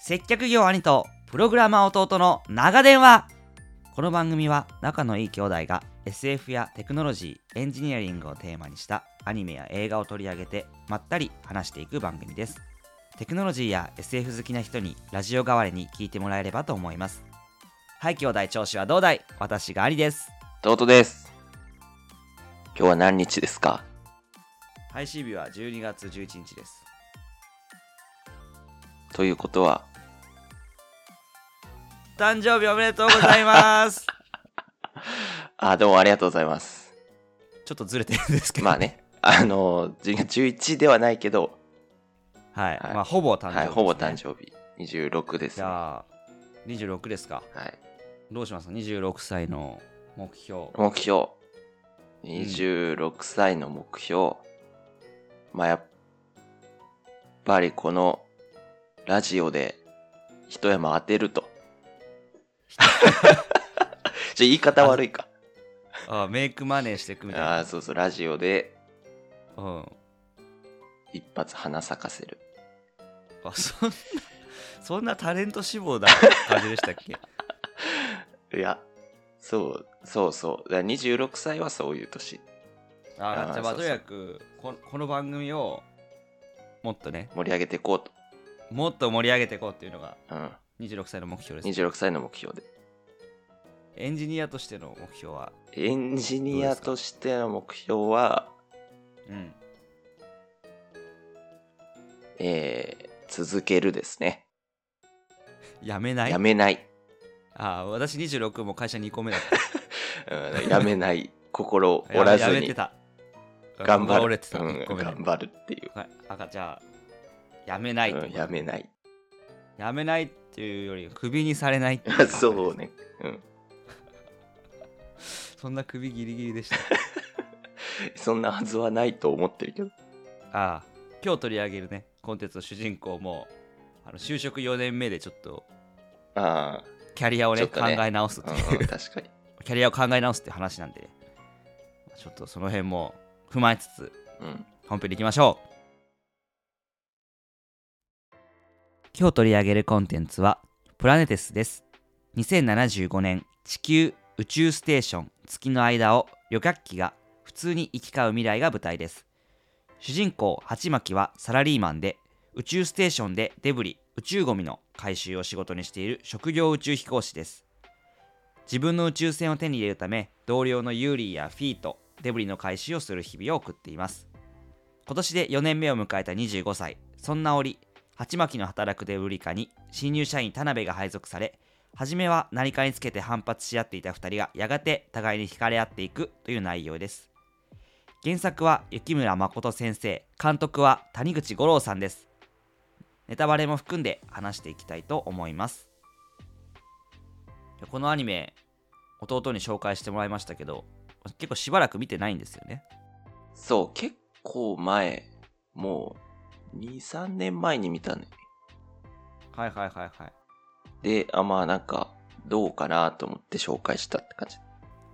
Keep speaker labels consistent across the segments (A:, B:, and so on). A: 接客業兄とプログラマー弟の長電話この番組は仲のいい兄弟が SF やテクノロジーエンジニアリングをテーマにしたアニメや映画を取り上げてまったり話していく番組ですテクノロジーや SF 好きな人にラジオ代わりに聞いてもらえればと思いますはい兄弟調子はどうだい私が兄です
B: 弟です。今日は何日ですか
A: 配信日は12月11日です
B: ということは、
A: 誕生日おめでとうございます
B: あ、どうもありがとうございます。
A: ちょっとずれてるんですけど
B: まあ ね、あの、12月11ではないけど、
A: はい、
B: はい
A: まあほぼ誕生日ですね、
B: はい、ほぼ誕生日。26です、
A: じ
B: ね。は
A: ゃあ26ですか
B: い。
A: どうしますか26歳の目標
B: 目標。26歳の目標。まあ、やっぱりこの、ラジオで、一山当て ると。じゃあ言い方悪いか。
A: あメイクマネーしていくみたい
B: あ
A: な
B: あ、そうそう、ラジオで
A: うんあ
B: 一発花咲かせる。
A: そんな そんなタレント志望な感じでしたっ け
B: いや、そう、そうそう。だから26歳はそういう年。
A: あ
B: あー
A: じゃあまあ
B: そうそう
A: とにかくここの番組をもっとね
B: 盛り上げていこうと。
A: もっと盛り上げていこうっていうのが
B: うん。
A: 26歳の目標です
B: 26歳の目標で。
A: エンジニアとしての目標は
B: エンジニアとしての目標は、
A: うん
B: えー、続けるですね。
A: やめない
B: やめない。
A: あー私26も会社2個目だっ
B: うん、や めない。心
A: た
B: 折らず
A: やめやめて
B: に
A: た
B: 頑張
A: 心折れ
B: る
A: て。た
B: う
A: 1個
B: ん、
A: 目で
B: 頑張るっていう。
A: はい、赤じゃあやめないって
B: う
A: こと
B: ん、やめない。
A: やめないっていうよりクビにされないって い
B: そうね。うん。
A: そんな首ギリギリでした
B: そんなはずはないと思ってるけど。
A: ああ今日取り上げるねコンテンツの主人公もあの就職4年目でちょっと
B: あ
A: キャリアをね
B: ちょっとね
A: 考え直すって
B: あ、
A: いう
B: うん、確かに。
A: キャリアを考え直すっていう話なんでちょっとその辺も踏まえつつ
B: うん。
A: 本編でいきましょう今日取り上げるコンテンツはプラネテスです2075年地球宇宙ステーション月の間を旅客機が普通に行き交う未来が舞台です主人公ハチマキはサラリーマンで宇宙ステーションでデブリ宇宙ゴミの回収を仕事にしている職業宇宙飛行士です自分の宇宙船を手に入れるため同僚のユーリーやフィーとデブリの回収をする日々を送っています今年で4年目を迎えた25歳そんな折鉢巻きの働くデブリカに新入社員田辺が配属され初めは何かにつけて反発し合っていた2人がやがて互いに惹かれ合っていくという内容です原作は雪村誠先生監督は谷口五郎さんですネタバレも含んで話していきたいと思いますこのアニメ弟に紹介してもらいましたけど結構しばらく見てないんですよね
B: そう、結構前、もう、2、3年前に見たね。
A: はいはいはいはい
B: で、あ、まあなんか、どうかなと思って紹介したって感じ。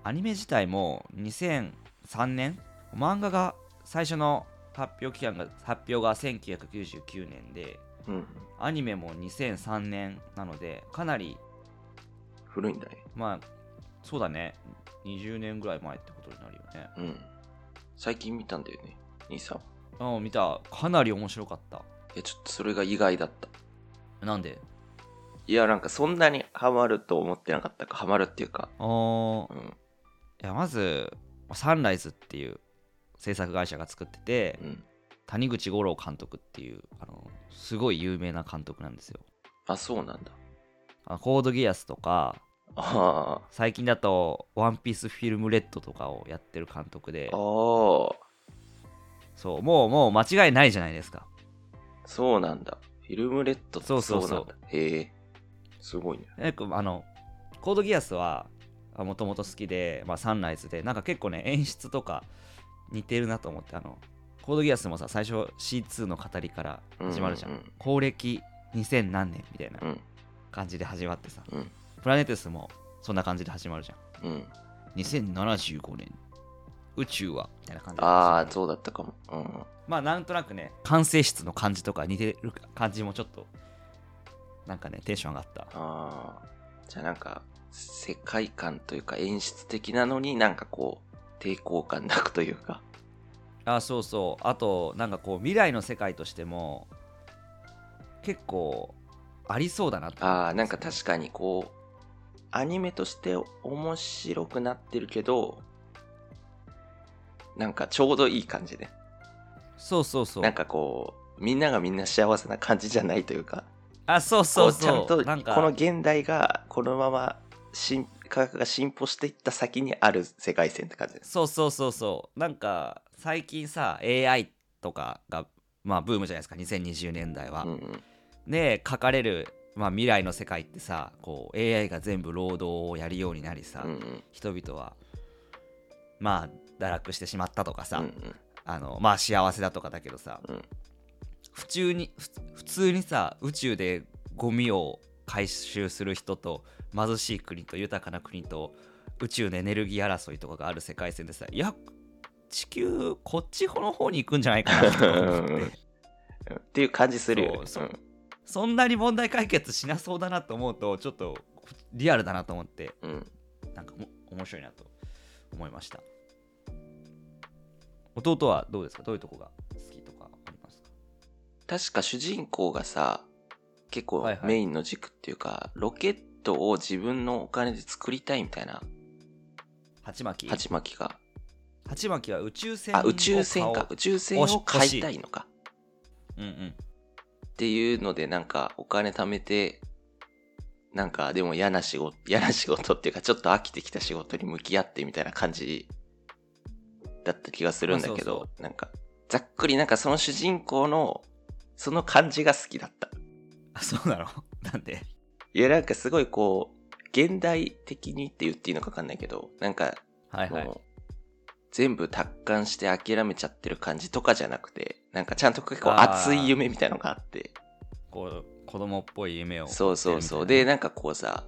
A: アニメ自体も2003年漫画が最初の発表期間が発表が1999年で
B: うん。
A: アニメも2003年なのでかなり
B: 古いんだね。
A: まあそうだね20年ぐらい前ってことになるよね
B: うん。最近見たんだよね。兄さん。い
A: ああ見たかなり面白かった
B: や、ちょっとそれが意外だった。
A: なんで
B: いや、なんかそんなにハマると思ってなかったか、ハマるっていうか。
A: あー
B: うん。
A: いやまずサンライズっていう制作会社が作ってて
B: うん。
A: 谷口五郎監督っていうあのすごい有名な監督なんですよ
B: あ、そうなんだ。
A: あコードギアスとか
B: あ
A: 最近だと「ワンピースフィルムレッドとかをやってる監督で
B: あ。ああ。
A: そうもうもう間違いないじゃないですか
B: そうなんだ。フィルムレッドって
A: そうそうそう
B: なんだ。へえ。すごいね。
A: なんかあのコードギアスはもともと好きで、まあ、サンライズでなんか結構ね演出とか似てるなと思ってあのコードギアスもさ最初 C2 の語りから始まるじゃん、
B: うんうん
A: 公暦2000何年みたいな
B: うん。
A: 感じで始まってさ、
B: うん
A: プラネテスもそんな感じで始まるじゃん
B: うん。
A: 2075年宇宙はみたいな感じで
B: ああ、そうだったかも。うん。
A: まあなんとなくね、完成室の感じとか似てる感じもちょっと、なんかねテンション上がった
B: ああ。じゃあなんか、世界観というか演出的なのになんかこう、抵抗感なくというか。
A: あそうそうあとなんかこう未来の世界としても結構ありそうだなと
B: ああ、なんか確かにこう、アニメとして面白くなってるけど、なんかちょうどいい感じで。
A: そうそうそう
B: なんかこう、みんながみんな幸せな感じじゃないというか。
A: あそうそう
B: こうちゃ
A: そ
B: ん
A: う
B: と
A: なんか
B: この現代がこのまま進科学が進歩していった先にある世界線って感じです。
A: そうそうそうそうなんか最近さ AI とかがまあブームじゃないですか2020年代は、
B: うんうん、
A: で書かれる、まあ、未来の世界ってさこう AI が全部労働をやるようになりさ、
B: うんうん
A: 人々はまあ堕落してしまったとかさ、
B: うんうん
A: あのまあ幸せだとかだけどさ、
B: うん
A: 普通にふ普通にさ宇宙でゴミを回収する人と貧しい国と豊かな国と宇宙のエネルギー争いとかがある世界線でさいや地球こっちの方に行くんじゃないかなと 思って
B: うんっていう感じするよね。
A: そうそうんそんなに問題解決しなそうだなと思うとちょっとリアルだなと思って
B: うん
A: なんかも面白いなと思いました弟はどうですかどういうとこが好きとかありますか
B: 確か主人公がさ結構
A: はいはい
B: メインの軸っていうか、ロケットを自分のお金で作りたいみたいな
A: 鉢巻き
B: 鉢巻きが
A: 鉢巻きは宇宙船
B: あ宇宙船
A: を買お
B: か
A: う
B: 宇宙船を買いたいのか
A: うんうん
B: っていうのでなんかお金貯めてなんかでも嫌な仕事 嫌な仕事っていうかちょっと飽きてきた仕事に向き合ってみたいな感じだった気がするんだけど
A: あそう
B: なんかざっくりなんかその主人公のその感じが好きだった
A: あそうなの なんで
B: いやなんかすごいこう現代的にって言っていいのか分かんないけどなんか
A: はい
B: もう、
A: はい
B: 全部達観して諦めちゃってる感じとかじゃなくてなんかちゃんと結構
A: あー
B: 熱い夢みたいのがあって
A: こう子供っぽい夢を
B: そうそうそう。
A: 追って
B: で、
A: るみ
B: なんかこうさ、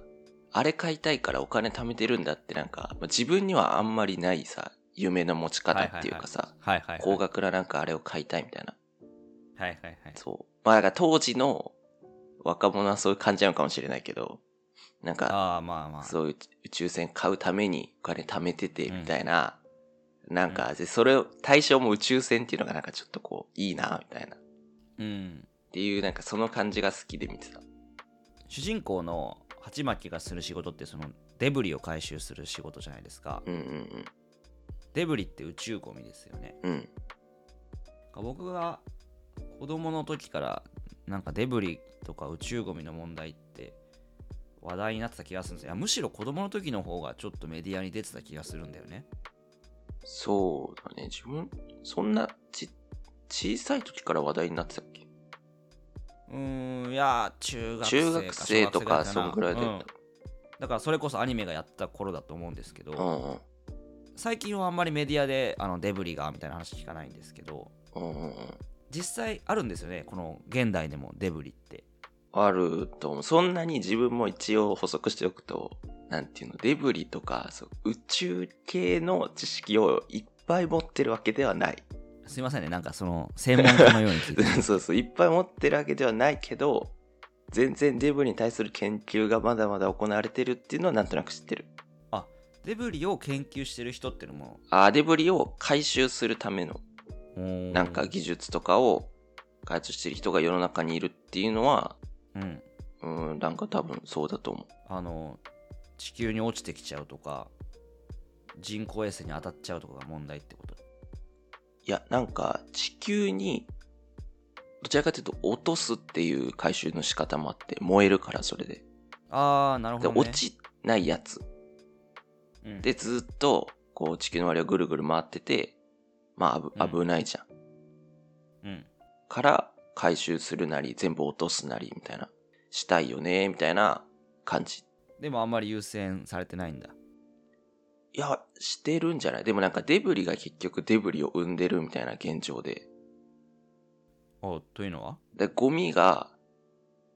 B: あれ買いたいからお金貯めてるんだってなんか、まあ自分にはあんまりないさ、夢の持ち
A: た
B: 方っていうかさ、
A: はいはいはい
B: 高額ななんかあれを買いたいみたいな。
A: はいはいはいはい
B: そう。まあだから当時の若者はそういう感じなのかもしれないけど、なんか、
A: ああまあまあ
B: そういう宇宙船買うためにお金貯めててみたいな、なんか、でそれを、対象も宇宙船っていうのがなんかちょっとこう、いいな、みたいな。っ
A: うん
B: ていうなんかその感じが好きで見てた。
A: 主人公の鉢巻きがする仕事ってそのデブリを回収する仕事じゃないですか
B: うんうん
A: デブリって宇宙ゴミですよね
B: うん。うん。
A: 僕が子供の時からなんかデブリとか宇宙ゴミの問題って話題になってた気がするんですよいやむしろ子供の時の方がちょっとメディアに出てた気がするんだよね
B: そうだね。自分、そんなち、小さい時から話題になってたっけ
A: うーんいや中学生
B: 中学生と
A: 小
B: か、そん
A: 学生
B: ぐらいだ
A: うん
B: っ
A: だからそれこそアニメがやった頃だと思うんですけ
B: た。う
A: ど
B: んうん。
A: 最近はあんまりメディアであのデブリがみたいな話聞かないんですけど
B: うんうんうん。
A: 実際あるんですよねこの現代でもデブリって
B: あると思う。そんなに自分も一応補足しておくと、なんていうの、デブリとか、そう宇宙系の知識をいっぱい持ってるわけではない。
A: すいませんねなんかその専門家のように聞い て
B: そうそう、いっぱい持ってるわけではないけど、全然デブリに対する研究がまだまだ行われてるっていうのはなんとなく知ってる。
A: デブリを研究してる人っていうのも
B: あーデブリを回収するための
A: な
B: な
A: ん
B: か技術とかを開発してる人が世の中にいるっていうのは、
A: うん、
B: うん、なんか多分そうだと思
A: あの地球に落ちてきちゃうとか人工衛星に当たっちゃうとかが問題ってこと
B: う。いや、なんか地球に、どちらかというと落とすっていう回収の仕方もあって、燃えるからそれで。
A: ああなるほ
B: で、
A: ど、ね、
B: 落ちないやつ。
A: うん
B: で、ずっと、こう地球の周りをぐるぐる回ってて、まあ
A: うん
B: 危危ないじゃん。
A: うん
B: から回収するなり、全部落とすなり、みたいな。したいよね、みたいな感じ。
A: でもあんまり優先されてないんだ
B: いや、してるんじゃないでもなんかデブリが結局デブリを生んでるみたいな現状で。
A: おというのは
B: で、ゴミが、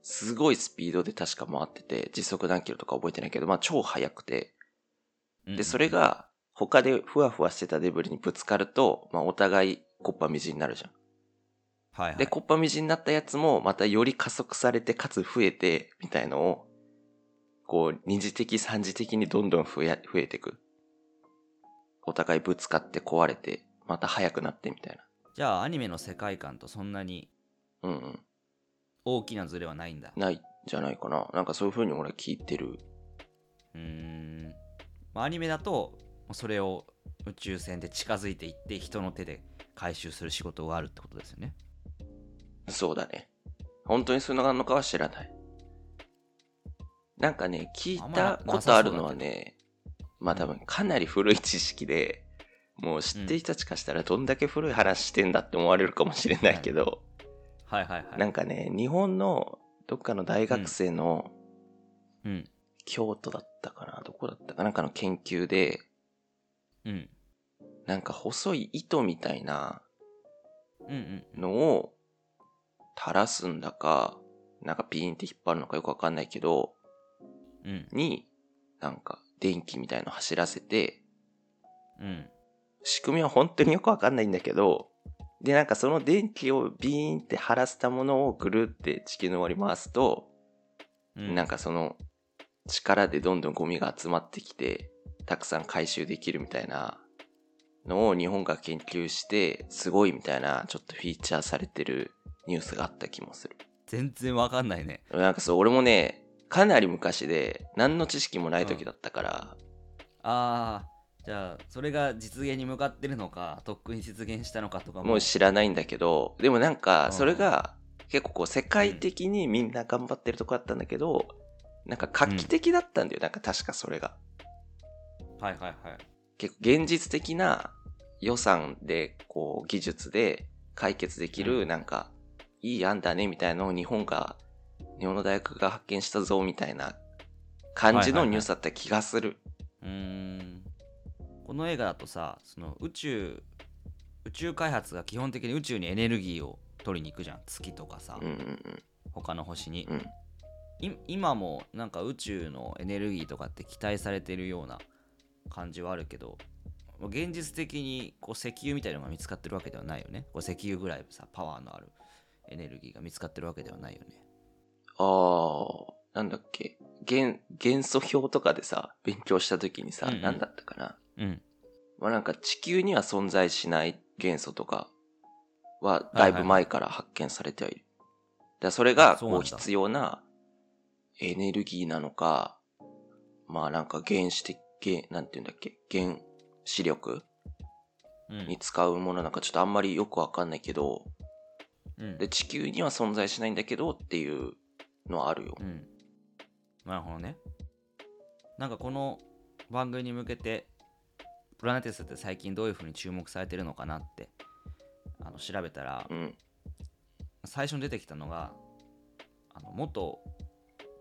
B: すごいスピードで確か回ってて、時速何キロとか覚えてないけど、まあ超速くて。で、それ、が、他でふわふわしてたデブリにぶつかると、まあお互い、コッパみじんになるじゃん。
A: うんはいはい
B: で、こっぱみじんになったやつも、またより加速されて、かつ増えて、みたいのを、こう、二次的、三次的にどんどん増や、増えていく。お互いぶつかって壊れて、また速くなってみたい
A: じゃあアニメの世界観とそんなに
B: な。うんうん。
A: 大きなズレはないんだ
B: ないんじゃないかな。なんかそういう風に俺聞いてる。
A: うーん、まあ、アニメだとそれを宇宙船で近づいていって人の手で回収する仕事があるってことですよね
B: そうだね。本当にそういうのがあるのかは知らない。なんかね、聞いたことあるのはね、まあ多分かなり古い知識で、もう知ってる人たちからしたらどんだけ古い話してんだって思われるかもしれないけど、
A: はいはいはい
B: なんかね、日本のどっかの大学生の
A: うん
B: 京都だったかな、どこだったかなんかの研究で、
A: うん
B: なんか細い糸みたいな
A: うんうん
B: のを垂らすんだか、なんかピーンって引っ張るのかよくわかんないけど、
A: うん
B: に、なんか電気みたいの走らせて、
A: うん
B: 仕組みは本当によくわかんないんだけど、で、なんかその電気をビーンって張らせたものをぐるって地球の終わり回すと、
A: うん
B: なんかその力でどんどんゴミが集まってきて、たくさん回収できるみたいなのを日本が研究して、すごいみたいなちょっとフィーチャーされてるニュースがあった気もする。
A: 全然わかんないね
B: なんかそう、俺もね、かなり昔で何の知識もない時だったから、
A: あーじゃあそれが実現に向かってるのかとっくに実現したのかとかも
B: もう知らないんだけど、でもなん
A: う
B: か、
A: ん
B: それが結構こう世界的にみんな頑張ってるとこだったんだけど、なんか画期的だったんだよ、なんか確かそれが。
A: はいはいはい
B: 結構現実的な予算で、こう技術で解決でき
A: う
B: る、
A: ん
B: なんかいい案だねみたいなのを日本が、日本の大学が発見したぞみたいな感じのニュースだった気がする。
A: うーんこの映画だとさその宇宙宇宙開発が基本的に宇宙にエネルギーを取りに行くじゃん月とかさ、
B: うんうん
A: 他の星に
B: う、ん。
A: い今もなんか宇宙のエネルギーとかって期待されてるような感じはあるけど現実的にこう石油みたいなのが見つかってるわけではないよねこう石油ぐらいさパワーのあるエネルギーが見つかってるわけではないよね
B: ああ、なんだっけ。元、元素表とかでさ、勉強した時にさ、
A: うんうん
B: 何だったかな。
A: うん
B: まあなんか地球には存在しない元素とかは、だいぶ前から発見されてはいる。だからそれが、
A: そうな
B: こ
A: ん
B: う
A: だ
B: 必要なエネルギーなのか、まあなんか原子的、原なんて言うんだっけ、原子力
A: うん
B: に使うものなんかちょっとあんまりよくわかんないけど、
A: うん
B: で、地球には存在しないんだけどっていうのはあるよ
A: う。ん。なるほどね。なんかこの番組に向けて、プラネティスって最近どういうふうに注目されてるのかなってあの調べたら
B: う、ん。
A: 最初に出てきたのが、あの元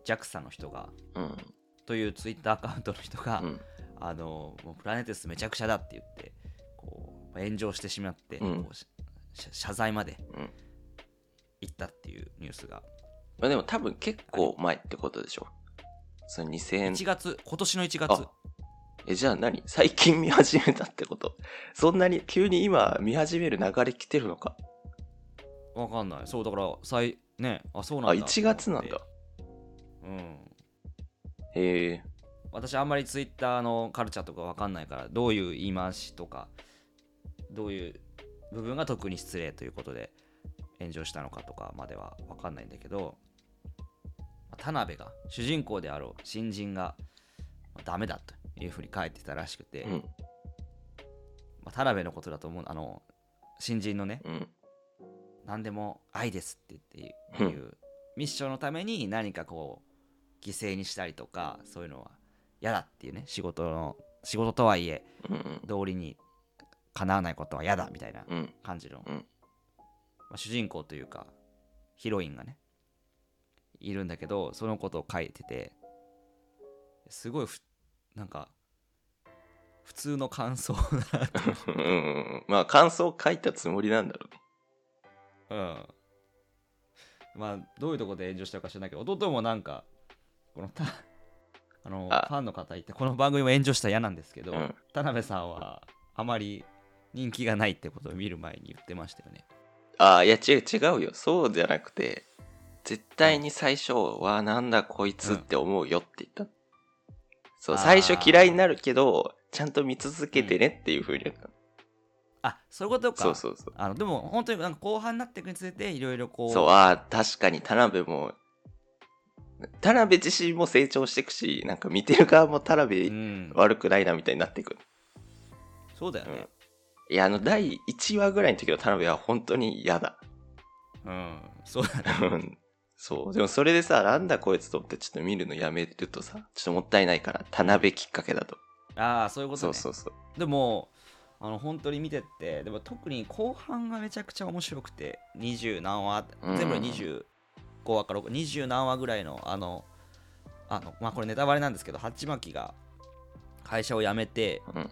A: JAXA の人が、
B: うん。
A: というツイッターアカウントの人が、
B: うん。
A: あのもうプラネティスめちゃくちゃだって言って、こう炎上してしまって、
B: うん
A: こうしし謝罪まで
B: うん
A: 行ったっていうニュースが、
B: まあでも多分結構前ってことでしょ。その
A: 1
B: 2000、
A: 月、今年の1月、
B: あえ、じゃあ何最近見始めたってことそんなに急に今見始める流れ来てるのか。
A: わかんない。そうだから、最ね、あ、そう
B: あ、
A: なんだ。
B: 1月なんだ
A: と。思って。うん。
B: へえ。
A: 私、あんまりツイッターのカルチャーとかわかんないから、どういう言い回しとか、どういう部分が特に失礼ということで炎上したのかとかまではわかんないんだけど、田辺が、主人公であろう新人が、まあダメだというふうに書いてたらしくて、
B: うん。
A: まあ田辺のことだと思う、あの、新人のね、
B: うん。
A: 何でも愛ですって言っていう、ミッションのために何かこう犠牲にしたりとかそういうのは嫌だっていうね仕事の仕事とはいえ
B: うんうん。
A: 道理にかなわないことは嫌だみたいな
B: うん。
A: 感じの、
B: うん
A: まあ主人公というかヒロインがねいるんだけどそのことを書いててすごいふなんか普通の感想だなって
B: うんうん。まあ感想書いたつもりなんだろうね。
A: うん。まあ、どういうとこで炎上したか知らないけど、弟もなんか、このた、あの、
B: あ
A: ファンの方いて、この番組も炎上したら嫌なんですけど、
B: うん
A: 田辺さんは、あまり人気がないってことを見る前に言ってましたよね。
B: ああ、いや違う、違うよ。そうじゃなくて、絶対に最初はなんだこいつって思うよって言った。そう、
A: あー
B: 最初嫌いになるけど、ちゃんと見続けてねっていうふうに言った。
A: あそういうことか
B: そうそうそう。
A: あのでも本当になんか後半になっていくにつれていろいろこう
B: そう、ああ、確かに田辺も、田辺自身も成長していくし、なんか見てる側も田
A: う
B: 辺
A: ん、
B: 悪くないなみたいになっていく。
A: そうだよ
B: うん
A: ね、
B: いや、あの、第1話ぐらいの時の田辺は本当に嫌だ。
A: うんそうだね
B: うんそう。でもそれでさ、なんだこいつと思ってちょっと見るのやめるとさ、ちょっともったいないから、田辺きっかけだと。
A: ああそういうこと
B: そ
A: ね
B: うそうそう。
A: でもあの本当に見てってでも特に後半がめちゃくちゃ面白くて20何話、
B: うん
A: 全部で25話から6 20何話ぐらいのあのあのまあこれネタバレなんですけどハッチマキが会社を辞めて
B: うん。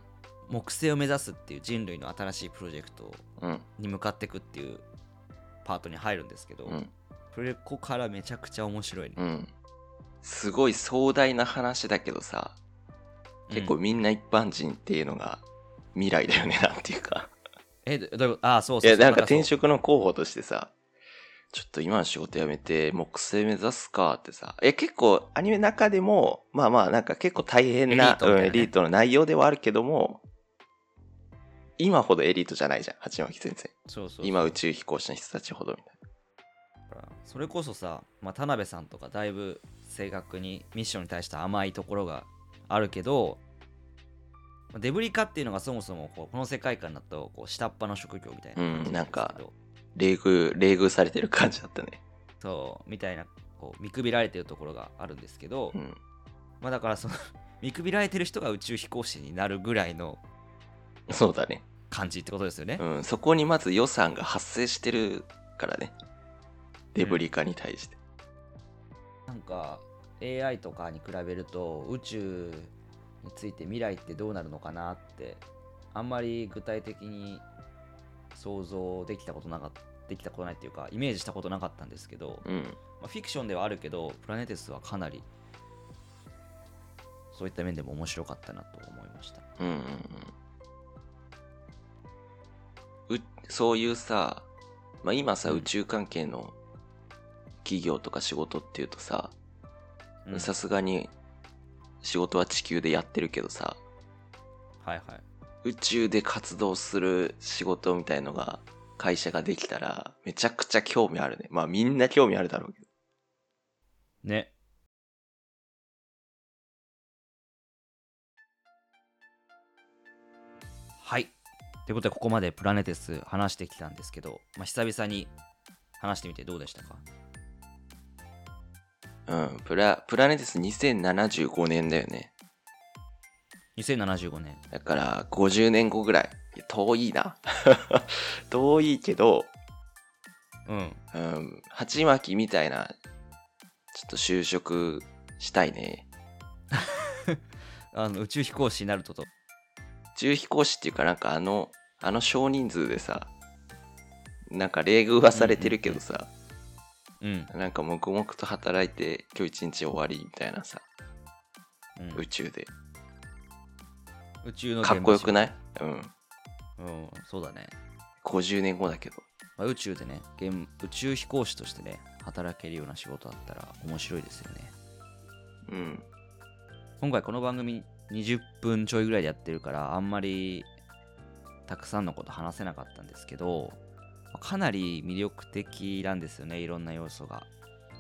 A: 木星を目指すっていう人類の新しいプロジェクト
B: うん。
A: に向かっていくっていうパートに入るんですけど、
B: うん。
A: それこからめちゃくちゃ面白いね、
B: うん。すごい壮大な話だけどさ、結構
A: うん
B: みんな一般人っていうのが未来だよね、なんていうか。
A: えどどういうことああそう
B: い
A: そう
B: や、なん
A: そ
B: か
A: う
B: 転職の候補としてさ、ちょっと今の仕事辞めて、木星目指すかってさ、え、結構アニメの中でも、まあまあ、なんか結構大変
A: エリ
B: な
A: ー、ト
B: う
A: みたい
B: ん
A: なね
B: エリートの内容ではあるけども、今ほどエリートじゃないじゃん、八巻先生。
A: そうそうそう
B: 今宇宙飛行士の人たちほどみたい
A: からそれこそさ、まあ、田辺さんとかだいぶ正確にミッションに対して甘いところがあるけどまあデブリ化っていうのがそもそもこうこの世界観だとこう下っ端の職業みたいな感じですけど
B: うんなんな。冷遇、冷遇されてる感じだったね。
A: そうみたいなこう見くびられてるところがあるんですけど、
B: うん。
A: まあ、だからその 見くびられてる人が宇宙飛行士になるぐらいの
B: そうだね。
A: 感じってことですよね、
B: うん。そこにまず予算が発生してるからね。デブリ化に対して。
A: なんか AI とかに比べると宇宙について未来ってどうなるのかなってあんまり具体的に想像できたことなかったできたことないっていうかイメージしたことなかったんですけど、
B: うん。
A: まあ、フィクションではあるけどプラネテスはかなりそういった面でも面白かったなと思いました
B: うんうんうんうそういうさ、まあ、今さ、
A: うん
B: 宇宙関係の企業とか仕事っていうとさ
A: うん
B: さすがに仕事は地球でやってるけどさ
A: はいはい
B: 宇宙で活動する仕事みたいのが会社ができたらめちゃくちゃ興味あるねまあみんな興味あるだろうけど
A: ねはいということでここまでプラネテス話してきたんですけど、まあ、久々に話してみてどうでしたか
B: うんプラプラネティス2075年だよね
A: 2075年
B: だから50年後ぐらいいや遠いな 遠いけど
A: うん
B: うん、鉢巻きみたいな、ちょっと就職したいね。
A: あの宇宙飛行士になるとと
B: 宇宙飛行士っていうかなんかあの、あの少人数でさ、なんか冷遇はされてるけどさ、
A: うん、
B: なんか黙々と働いて今日一日終わりみたいなさ、
A: うん
B: 宇宙で。
A: 宇宙の
B: かっこよく
A: い、
B: ないうん。
A: うん、そうだね、
B: 50年後だけど。
A: まあ、宇宙でね現宇宙飛行士としてね働けるような仕事だったら面白いですよね
B: うん。
A: 今回この番組20分ちょいぐらいでやってるからあんまりたくさんのこと話せなかったんですけどかなり魅力的なんですよねいろんな要素が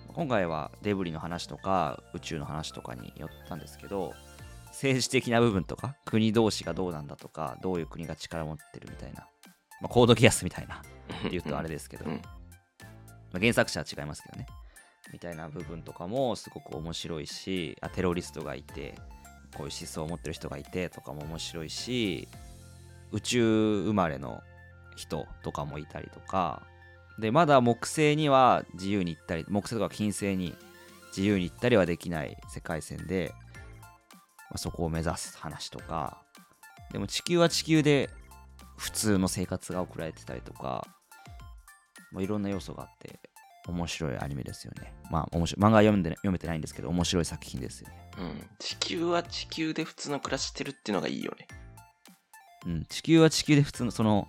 A: 今回はデブリの話とか宇宙の話とかによったんですけど政治的な部分とか国同士がどうなんだとかどういう国が力を持ってるみたいな、まあ、コードギアスみたいなって言うとあれですけど、
B: うん
A: まあ、原作者は違いますけどねみたいな部分とかもすごく面白いしあテロリストがいてこういう思想を持ってる人がいてとかも面白いし宇宙生まれの人とかもいたりとかでまだ木星には自由に行ったり木星とか金星に自由に行ったりはできない世界線で、まあそこを目指す話とかでも地球は地球で普通の生活が送られてたりとかまあいろんな要素があって面白いアニメですよねまあ面白い漫画は読んで読めてないんですけど面白い作品ですよね
B: うん。地球は地球で普通の暮らしてるっていうのがいいよね。
A: うん、地球は地球で普通のその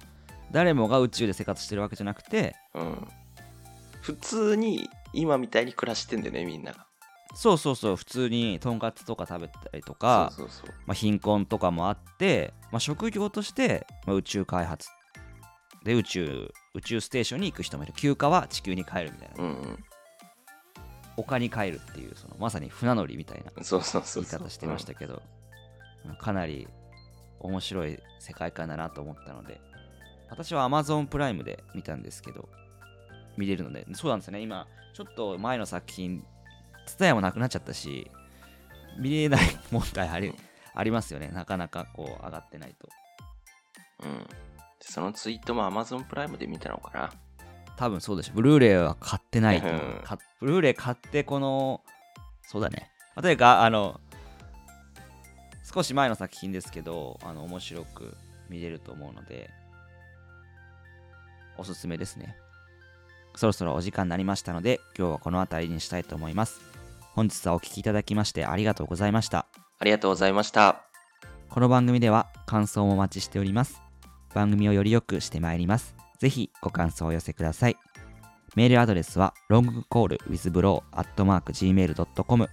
A: 誰もが宇宙で生活してるわけじゃなくて
B: うん。普通に今みたいに暮らしてんだよね、みんなが。
A: そうそうそう普通にとんかつとか食べたりとか
B: そうそうそう。
A: まあ、貧困とかもあって、まあ、職業として、まあ、宇宙開発で宇宙宇宙ステーションに行く人もいる休暇は地球に帰るみたいな
B: うん、
A: 丘に帰るっていうそのまさに船乗りみたいな
B: うん。そうそうそうそう。
A: 言い方してましたけど、まあかなり面白い世界観だなと思ったので私は Amazon プライムで見たんですけど見れるのでそうなんですよね今ちょっと前の作品 TSUTAYA もなくなっちゃったし見れない問題ありありますよねなかなかこう上がってないと
B: うん。うん。そのツイートも Amazon プライムで見たのかな。
A: 多分そうでしょブルーレイは買ってないと思う
B: うん
A: かブルーレイ買ってこのそうだねまあというかあの少し前の作品ですけどあの面白く見れると思うのでおすすめですねそろそろお時間になりましたので今日はこの辺りにしたいと思います本日はお聴きいただきましてありがとうございました
B: ありがとうございました。
A: この番組では感想もお待ちしております。番組をより良くしてまいります。ぜひご感想をお寄せください。メールアドレスは longcallwithbro.gmail.com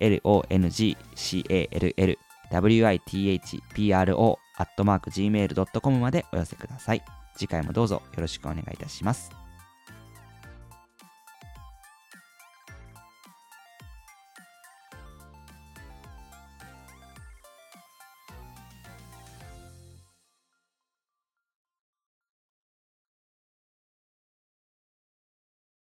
A: longcallwithbro.gmail.com までお寄せください。次回もどうぞよろしくお願いいたします。